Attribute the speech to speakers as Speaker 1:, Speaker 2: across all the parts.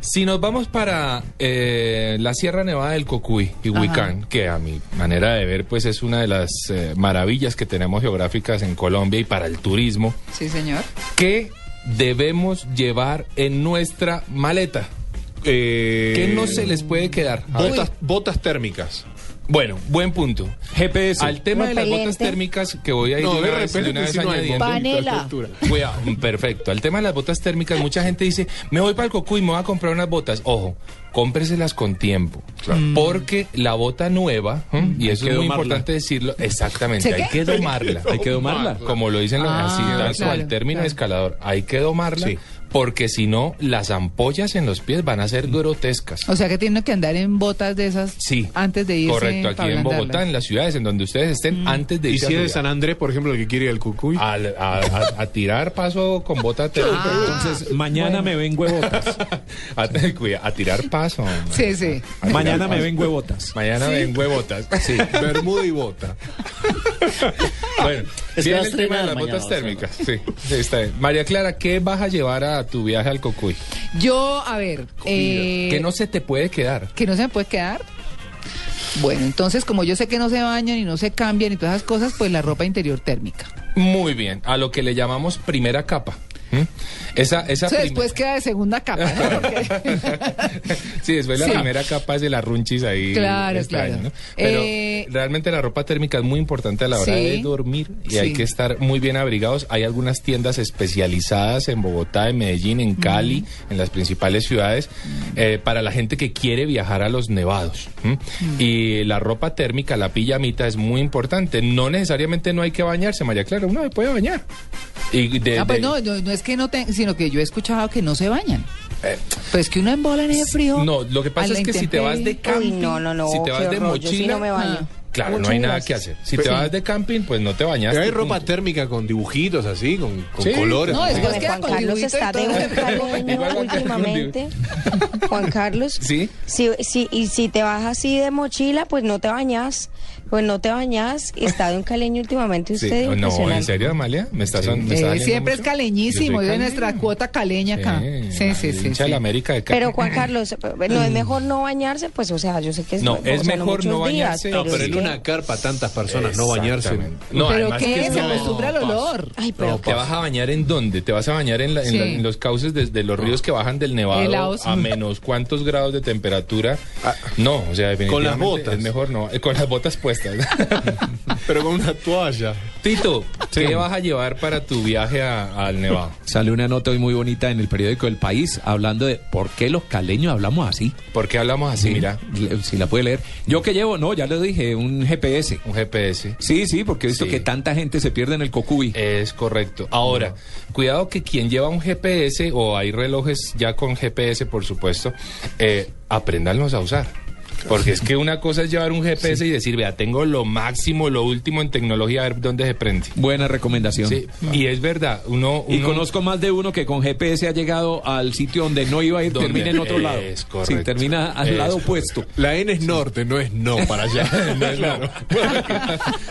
Speaker 1: Si nos vamos para eh, la Sierra Nevada del Cocuy y Huicán, que a mi manera de ver pues es una de las eh, maravillas que tenemos geográficas en Colombia y para el turismo,
Speaker 2: Sí, señor.
Speaker 1: ¿qué debemos llevar en nuestra maleta?
Speaker 3: Eh,
Speaker 1: ¿Qué no se les puede quedar? A ver.
Speaker 3: Botas, botas térmicas.
Speaker 1: Bueno, buen punto.
Speaker 3: GPS.
Speaker 1: Al tema de las botas
Speaker 4: Repelente.
Speaker 1: térmicas que voy a ir
Speaker 3: no,
Speaker 1: de una
Speaker 3: de
Speaker 1: vez, de
Speaker 3: repente
Speaker 1: una
Speaker 3: sí
Speaker 1: vez
Speaker 3: no hay
Speaker 1: añadiendo.
Speaker 3: botas de
Speaker 4: Panela.
Speaker 3: alta altura.
Speaker 1: Voy a- perfecto. Al tema de las botas térmicas, mucha gente dice, me voy para el Cocuy, me voy a comprar unas botas. Ojo, cómpreselas con tiempo. Porque la bota nueva,
Speaker 2: Mm.
Speaker 1: ¿m? y eso
Speaker 5: que
Speaker 1: es muy
Speaker 5: domarla.
Speaker 1: importante decirlo, exactamente,
Speaker 2: ¿Se
Speaker 1: hay
Speaker 2: qué?
Speaker 1: que domarla.
Speaker 5: Hay que domarla.
Speaker 1: Como lo dicen los
Speaker 2: Ah,
Speaker 1: así, tal
Speaker 2: claro,
Speaker 1: cual, término
Speaker 2: claro.
Speaker 1: escalador, hay que domarla.
Speaker 3: Sí.
Speaker 1: Porque si no, las ampollas en los pies van a
Speaker 2: Mm.
Speaker 1: ser grotescas.
Speaker 2: O sea que tiene que andar en botas de esas
Speaker 1: Sí.
Speaker 2: antes de irse.
Speaker 1: Correcto,
Speaker 2: para
Speaker 1: aquí en
Speaker 2: ablandarlas. Mm.
Speaker 1: Bogotá, en las ciudades en donde ustedes estén, antes de
Speaker 3: Y
Speaker 1: irse
Speaker 3: si
Speaker 1: a
Speaker 3: es de
Speaker 1: jugar.
Speaker 3: San Andrés, por ejemplo, el que quiere ir al Cucuy.
Speaker 1: Al- a, a- a tirar paso con
Speaker 2: Ah.
Speaker 1: bota térmica.
Speaker 5: Entonces, mañana me ven huevotas.
Speaker 1: A, cuida, a tirar paso.
Speaker 2: Sí, sí.
Speaker 1: A tirar
Speaker 5: mañana me
Speaker 1: paso.
Speaker 5: ven huevotas.
Speaker 1: Mañana ven huevotas. Sí.
Speaker 3: Bermuda y bota.
Speaker 1: Bueno,
Speaker 6: Es
Speaker 1: viene
Speaker 6: que vas
Speaker 1: el tema de
Speaker 6: a
Speaker 1: las
Speaker 6: entrenar
Speaker 1: botas
Speaker 6: mañana,
Speaker 1: térmicas. Sí, sí, está bien. María Clara, ¿qué vas a llevar a tu viaje al Cocuy?
Speaker 2: Yo, a ver. eh,
Speaker 1: que no se te puede quedar.
Speaker 2: que no se me puede quedar. Bueno, entonces como yo sé que no se bañan y no se cambian y todas esas cosas, pues la ropa interior térmica.
Speaker 1: Muy bien, a lo que le llamamos primera capa. ¿Mm? Esa, esa
Speaker 2: O sea,
Speaker 1: prim-
Speaker 2: después queda de segunda capa, ¿no? Porque-
Speaker 1: Sí, después la
Speaker 2: Sí.
Speaker 1: primera capa es de las runchis ahí.
Speaker 2: Claro,
Speaker 1: extraño,
Speaker 2: claro.
Speaker 1: ¿no? Pero
Speaker 2: Eh,
Speaker 1: realmente la ropa térmica es muy importante a la hora
Speaker 2: Sí.
Speaker 1: de dormir y hay
Speaker 2: Sí.
Speaker 1: que estar muy bien abrigados. Hay algunas tiendas especializadas en Bogotá, en Medellín, en Cali, en las principales ciudades, eh, para la gente que quiere viajar a los nevados. ¿m? Y la ropa térmica, la pijamita, es muy importante. No necesariamente no hay que bañarse, María Clara, uno se puede bañar. Y de-
Speaker 2: Ah, pues
Speaker 1: Eh, de-
Speaker 2: no, no, no es que no tengan, sino que yo he escuchado que no se bañan.
Speaker 1: Eh.
Speaker 2: Pues que uno en bola en el frío.
Speaker 1: No, lo que
Speaker 2: a
Speaker 1: pasa
Speaker 2: la
Speaker 1: es que si te vas
Speaker 2: intemperie.
Speaker 1: de camping,
Speaker 4: no, no, no,
Speaker 1: si te vas
Speaker 4: qué
Speaker 1: de
Speaker 4: horror, yo sí
Speaker 1: mochila, ah.
Speaker 4: no me baño.
Speaker 1: claro, no
Speaker 4: Muchas
Speaker 1: hay nada
Speaker 4: gracias.
Speaker 1: que hacer. Si
Speaker 3: Pero-
Speaker 1: te vas de camping, pues no te bañaste.
Speaker 3: Hay ropa
Speaker 1: punto.
Speaker 3: térmica con dibujitos así, con, con
Speaker 1: Sí.
Speaker 3: colores.
Speaker 2: No, es que
Speaker 4: Pues
Speaker 2: queda
Speaker 4: Juan
Speaker 2: con
Speaker 4: Carlos
Speaker 2: dibujito
Speaker 4: está
Speaker 2: y
Speaker 4: de
Speaker 2: todo.
Speaker 4: un cariño
Speaker 1: Igual Juan Carlos
Speaker 4: últimamente. Juan Carlos.
Speaker 1: Sí.
Speaker 4: Si, si- y si te vas así de mochila, pues no te bañas. Pues no te bañas. Está de un caleño últimamente
Speaker 1: Sí,
Speaker 4: usted.
Speaker 1: No,
Speaker 4: impresionante.
Speaker 1: ¿en serio, Amalia? Me estás, me
Speaker 2: Eh,
Speaker 1: estás dañando
Speaker 2: siempre es
Speaker 1: mucho?
Speaker 2: caleñísimo,
Speaker 1: Yo soy
Speaker 2: es de nuestra
Speaker 1: caleño.
Speaker 2: cuota caleña acá. Sí, sí, sí.
Speaker 1: hincha de
Speaker 2: sí.
Speaker 1: la América de Cali.
Speaker 4: Pero Juan Carlos, eh, ¿no es mejor no bañarse? Pues, o sea, yo sé que es,
Speaker 1: No,
Speaker 4: o sea,
Speaker 1: es mejor
Speaker 4: muchos
Speaker 1: no bañarse,
Speaker 4: días,
Speaker 1: no,
Speaker 3: Pero
Speaker 4: es
Speaker 3: en
Speaker 4: que-
Speaker 3: una carpa tantas personas no bañarse.
Speaker 1: Exactamente. No,
Speaker 2: Pero
Speaker 1: además
Speaker 2: que
Speaker 1: que
Speaker 2: se
Speaker 1: no.
Speaker 2: acostumbra al olor.
Speaker 4: Ay, pero
Speaker 3: No,
Speaker 1: ¿Te vas a bañar en dónde? ¿Te vas a bañar en, la- en
Speaker 2: Sí.
Speaker 1: la- en los cauces de, de los ríos que bajan del Nevado
Speaker 2: Helados.
Speaker 1: a menos cuántos grados de temperatura? No, o sea, definitivamente
Speaker 3: Ah. Con las botas.
Speaker 1: es mejor no, eh, con las botas puestas.
Speaker 3: Pero con una toalla.
Speaker 1: Tito, ¿qué vas a llevar para tu viaje a- al Nevado?
Speaker 5: Sale una nota hoy muy bonita en el periódico El País hablando de por qué los caleños hablamos así.
Speaker 1: ¿Por qué hablamos así? Mira,
Speaker 5: Le- Si la puede leer. Yo que llevo, no, ya le dije, un GPS.
Speaker 1: un GPS.
Speaker 5: Sí, sí, porque he visto
Speaker 1: Sí. Eh,
Speaker 5: que tanta gente se pierde en el Cocuy.
Speaker 1: Es correcto. Ahora, cuidado que quien lleva un GPS o hay relojes ya con GPS, por supuesto, eh, apréndanlos a usar. Porque es que una cosa es llevar un GPS y decir, vea, tengo lo máximo, lo último en tecnología, a ver dónde se prende.
Speaker 5: Buena recomendación.
Speaker 1: Sí, y es verdad, uno...
Speaker 5: Y
Speaker 1: uno-
Speaker 5: conozco más de uno que con GPS ha llegado al sitio donde no iba a ir,
Speaker 1: ¿Dónde?
Speaker 5: termina en otro
Speaker 1: Es
Speaker 5: lado.
Speaker 1: correcto.
Speaker 5: Sí, termina al
Speaker 1: Es
Speaker 5: lado
Speaker 1: correcto.
Speaker 5: opuesto.
Speaker 3: La N es norte, no es no para allá.
Speaker 1: No es no.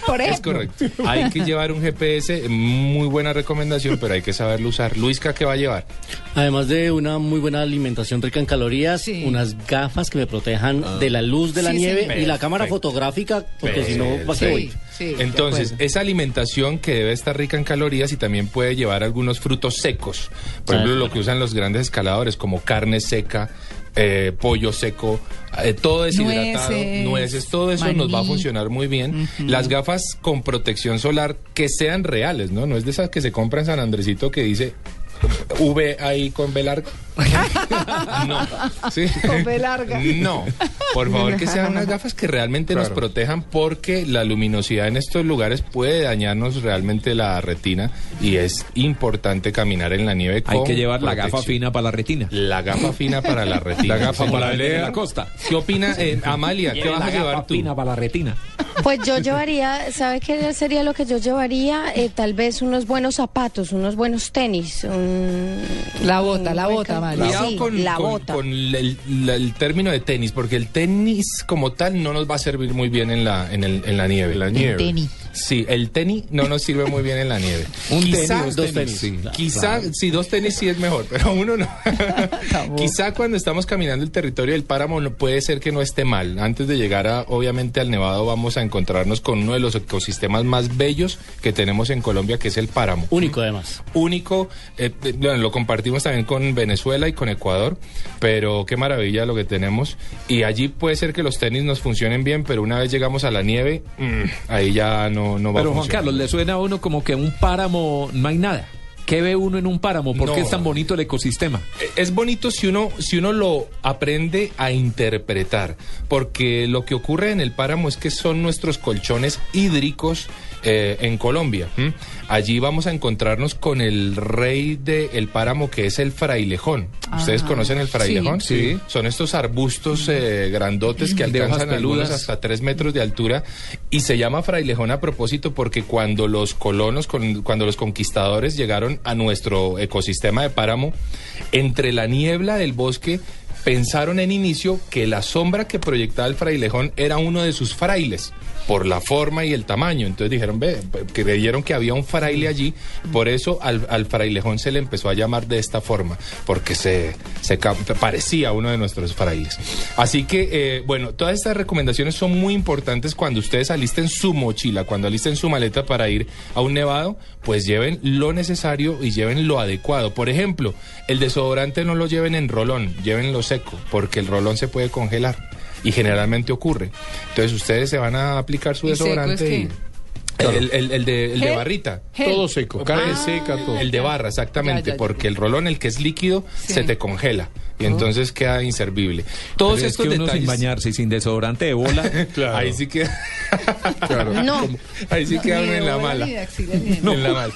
Speaker 2: Por
Speaker 1: Es
Speaker 2: ejemplo.
Speaker 1: correcto. Hay que llevar un GPS, muy buena recomendación, pero hay que saberlo usar. Luisca, ¿qué va a llevar?
Speaker 6: Además de una muy buena alimentación rica en calorías,
Speaker 2: Sí.
Speaker 6: unas gafas que me protejan de la luz de la
Speaker 2: Sí,
Speaker 6: nieve
Speaker 2: señor.
Speaker 6: y la cámara
Speaker 1: Ah. Perfecto.
Speaker 6: fotográfica, porque si no, ¿para qué
Speaker 1: Perfecto.
Speaker 6: voy?
Speaker 2: Sí, de
Speaker 1: Entonces,
Speaker 2: acuerdo.
Speaker 1: esa alimentación que debe estar rica en calorías y también puede llevar algunos frutos secos. Por
Speaker 6: Ah,
Speaker 1: ejemplo, lo
Speaker 6: claro.
Speaker 1: que usan los grandes escaladores, como carne seca, eh, pollo seco, eh, todo deshidratado,
Speaker 2: Nueces,
Speaker 1: nueces, todo eso nos va a
Speaker 2: maní.
Speaker 1: funcionar muy bien. Las gafas con protección solar que sean reales, ¿no? No es de esas que se compra en San Andresito que dice V ahí con B larga. no. ¿sí?
Speaker 2: Con B larga.
Speaker 1: No. Por favor, que sean unas gafas que realmente nos
Speaker 3: Claro.
Speaker 1: protejan porque la luminosidad en estos lugares puede dañarnos realmente la retina y es importante caminar en la nieve
Speaker 5: Hay
Speaker 1: con
Speaker 5: que llevar la gafa
Speaker 1: protección.
Speaker 5: fina para la retina.
Speaker 1: La gafa fina para la retina.
Speaker 5: Como
Speaker 1: señor.
Speaker 5: la de la costa.
Speaker 1: ¿Qué opina eh, Amalia? ¿Qué
Speaker 5: Lleve
Speaker 1: vas
Speaker 5: la
Speaker 1: a llevar
Speaker 5: gafa
Speaker 1: tú?
Speaker 5: fina para la retina.
Speaker 4: Pues yo llevaría, ¿sabes qué sería lo que yo llevaría? Eh, tal vez unos buenos zapatos, unos buenos tenis. un-
Speaker 2: La bota,
Speaker 4: un
Speaker 2: la
Speaker 4: buen
Speaker 2: bota,
Speaker 4: cal-
Speaker 2: María.
Speaker 1: Cuidado
Speaker 4: Sí,
Speaker 1: con,
Speaker 4: la
Speaker 1: con-
Speaker 4: bota.
Speaker 1: con el, la- el término de tenis, porque el tenis como tal no nos va a servir muy bien en la, en el- en la nieve.
Speaker 3: La nieve.
Speaker 2: Tenis.
Speaker 1: Sí, el tenis no nos sirve muy bien en la nieve.
Speaker 5: Un
Speaker 1: Quizá-
Speaker 5: tenis, dos
Speaker 6: dos
Speaker 5: tenis.
Speaker 6: tenis.
Speaker 5: sí.
Speaker 1: Quizá, sí, dos tenis sí es mejor, pero uno no.
Speaker 2: Tampoco.
Speaker 1: Quizá cuando estamos caminando el territorio del páramo no- puede ser que no esté mal. Antes de llegar, a, obviamente, al Nevado vamos a encontrarnos con uno de los ecosistemas más bellos que tenemos en Colombia, que es el páramo.
Speaker 6: Único además.
Speaker 1: Único, eh, eh, bueno, lo compartimos también con Venezuela y con Ecuador, pero qué maravilla lo que tenemos. Y allí puede ser que los tenis nos funcionen bien, pero una vez llegamos a la nieve, mm, ahí ya no, no va
Speaker 5: Pero
Speaker 1: a
Speaker 5: Juan
Speaker 1: funcionar.
Speaker 5: Carlos, le suena a uno como que un páramo no hay nada. ¿Qué ve uno en un páramo? ¿Por qué
Speaker 1: No.
Speaker 5: es tan bonito el ecosistema?
Speaker 1: Eh, Es bonito si uno, si uno lo aprende a interpretar, porque lo que ocurre en el páramo es que son nuestros colchones hídricos eh, en Colombia. ¿m? Allí vamos a encontrarnos con el rey del páramo que es el frailejón. ¿Ustedes
Speaker 2: Ajá.
Speaker 1: conocen el frailejón?
Speaker 5: Ah. Sí.
Speaker 1: Son estos arbustos eh, grandotes que
Speaker 5: De hojas
Speaker 1: alcanzan algunos
Speaker 5: peludas.
Speaker 1: hasta tres metros de altura y se llama frailejón a propósito porque cuando los colonos, con- cuando los conquistadores llegaron a nuestro ecosistema de páramo, entre la niebla del bosque pensaron en inicio que la sombra que proyectaba el frailejón era uno de sus frailes por la forma y el tamaño. Entonces dijeron, ve, creyeron que había un fraile allí, por eso al, al frailejón se le empezó a llamar de esta forma, porque se, se ca- parecía a uno de nuestros frailes. Así que, eh, bueno, todas estas recomendaciones son muy importantes cuando ustedes alisten su mochila, cuando alisten su maleta para ir a un nevado, pues lleven lo necesario y lleven lo adecuado. Por ejemplo, el desodorante no lo lleven en rolón, llévenlo seco, porque el rolón se puede congelar. Y generalmente ocurre. Entonces ustedes se van a aplicar su
Speaker 2: ¿Y seco es
Speaker 1: desodorante
Speaker 2: qué?
Speaker 1: y- el, el- el de, el de barrita.
Speaker 2: Gel.
Speaker 3: Todo seco, carne
Speaker 1: Ah.
Speaker 3: seca, todo.
Speaker 1: El de barra,
Speaker 2: Ya,
Speaker 1: exactamente,
Speaker 2: ya, ya.
Speaker 1: porque el rolón, el que es líquido,
Speaker 2: Sí.
Speaker 1: se te congela y entonces queda inservible. Todos
Speaker 5: Pero es
Speaker 1: estos
Speaker 5: que uno sin
Speaker 1: detalles.
Speaker 5: bañarse y sin desodorante de bola.
Speaker 3: Claro.
Speaker 1: Ahí sí que
Speaker 3: Claro.
Speaker 4: No.
Speaker 1: ahí sí
Speaker 2: No,
Speaker 1: quedan
Speaker 2: ni de
Speaker 1: en la
Speaker 2: bola,
Speaker 1: mala.
Speaker 2: ni de axilas, ni de
Speaker 1: En la mala.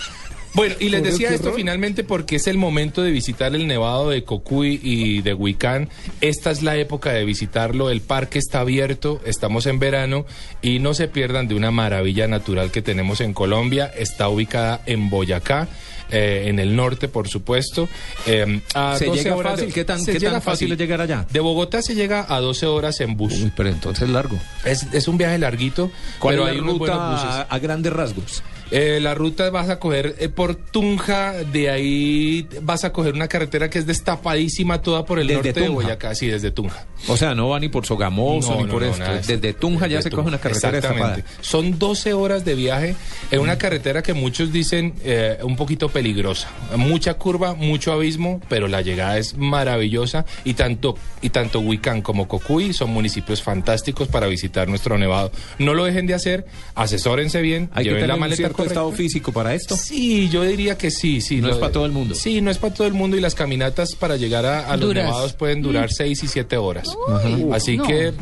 Speaker 1: Bueno, y les decía esto finalmente porque es el momento de visitar el nevado de Cocuy y de Huicán. Esta es la época de visitarlo. El parque está abierto, estamos en verano y no se pierdan de una maravilla natural que tenemos en Colombia. Está ubicada en Boyacá, eh, en el norte, por supuesto. Eh, a
Speaker 5: ¿Se
Speaker 1: 12
Speaker 5: llega
Speaker 1: horas de-
Speaker 5: fácil? ¿Qué tan-
Speaker 1: se
Speaker 5: qué
Speaker 1: llega
Speaker 5: tan fácil es llegar allá?
Speaker 1: De Bogotá se llega a 12 horas en bus.
Speaker 5: Uy, pero entonces largo.
Speaker 1: Es, es un viaje larguito,
Speaker 5: ¿Cuál
Speaker 1: pero
Speaker 5: es
Speaker 1: hay
Speaker 5: la
Speaker 1: unos buenos buses.
Speaker 5: ruta a, a grandes rasgos?
Speaker 1: Eh, la ruta vas a coger eh, por Tunja, de ahí vas a coger una carretera que es destapadísima toda por el
Speaker 5: Desde
Speaker 1: norte de
Speaker 5: Tunja.
Speaker 1: Boyacá, sí, desde Tunja.
Speaker 5: O sea, no va ni por Sogamoso
Speaker 1: No,
Speaker 5: ni
Speaker 1: no,
Speaker 5: por
Speaker 1: no,
Speaker 5: esto.
Speaker 1: nada de eso.
Speaker 5: Desde Tunja ya
Speaker 1: Desde
Speaker 5: se coge una carretera
Speaker 1: Exactamente.
Speaker 5: destapada.
Speaker 1: Son 12 horas de viaje en una carretera que muchos dicen eh, un poquito peligrosa. Mucha curva, mucho abismo, pero la llegada es maravillosa y tanto y tanto Huicán como Cocuy son municipios fantásticos para visitar nuestro nevado. No lo dejen de hacer, asesórense bien,
Speaker 5: Hay que
Speaker 1: lleven
Speaker 5: tener
Speaker 1: la
Speaker 5: un
Speaker 1: maleta
Speaker 5: cierto
Speaker 1: correcta.
Speaker 5: estado físico para esto.
Speaker 1: Sí, yo diría que sí, sí.
Speaker 5: No
Speaker 1: Lo-
Speaker 5: es pa' todo el mundo.
Speaker 1: Sí, no es para todo el mundo y las caminatas para llegar a, a los
Speaker 2: Duras. Mm.
Speaker 1: nevados pueden durar 6 y 7 horas. Ajá. Así
Speaker 2: no.
Speaker 1: que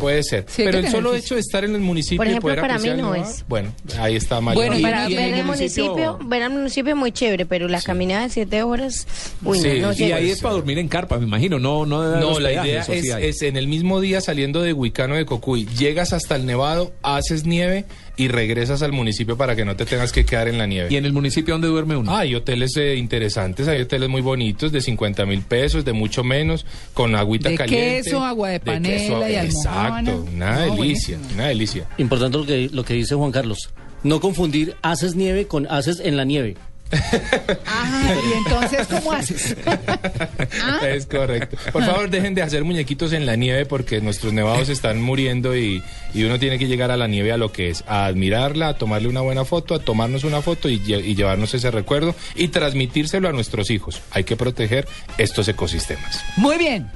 Speaker 1: puede ser.
Speaker 2: Sí, hay que
Speaker 1: Pero el
Speaker 2: tener
Speaker 1: solo
Speaker 2: físico.
Speaker 1: hecho de estar en el municipio
Speaker 4: Por
Speaker 1: y
Speaker 4: ejemplo,
Speaker 1: poder
Speaker 4: para
Speaker 1: apreciar
Speaker 4: mí
Speaker 1: el
Speaker 4: no
Speaker 1: nevado,
Speaker 4: es.
Speaker 1: Bueno, ahí está María.
Speaker 2: Bueno, y
Speaker 4: Para
Speaker 2: en
Speaker 4: ver
Speaker 2: el
Speaker 4: el municipio,
Speaker 5: municipio-
Speaker 4: ver al municipio es muy chévere, pero la caminada de siete horas, uy, no,
Speaker 1: Sí,
Speaker 4: no
Speaker 1: y
Speaker 5: Y
Speaker 4: llego.
Speaker 5: ahí es para dormir en carpa, me imagino. No, no, debe haber
Speaker 1: No, la
Speaker 5: hospedaje,
Speaker 1: idea
Speaker 5: eso sí
Speaker 1: es,
Speaker 5: hay.
Speaker 1: es en el mismo día saliendo de Huicano de Cocuy, llegas hasta el nevado, haces nieve y regresas al municipio para que no te tengas que quedar en la nieve.
Speaker 5: ¿Y en el municipio donde duerme
Speaker 2: Mm.
Speaker 5: uno?
Speaker 1: Ah, hay hoteles eh, interesantes, hay hoteles muy bonitos de 50 mil pesos, de mucho menos, con agüita
Speaker 2: De
Speaker 1: caliente.
Speaker 2: queso, agua de panela y almohábana.
Speaker 1: Exacto, una
Speaker 2: No,
Speaker 1: delicia,
Speaker 2: buenísimo.
Speaker 1: una delicia.
Speaker 6: Importante lo que, lo que dice Juan Carlos. No confundir haces nieve con haces en la nieve.
Speaker 2: Ajá, Ah, y entonces, ¿cómo haces? Ah.
Speaker 1: Es correcto. Por favor, dejen de hacer muñequitos en la nieve porque nuestros nevados están muriendo y, y uno tiene que llegar a la nieve a lo que es, a admirarla, a tomarle una buena foto, a tomarnos una foto y, lle- y llevarnos ese recuerdo y transmitírselo a nuestros hijos. Hay que proteger estos ecosistemas.
Speaker 2: Muy bien.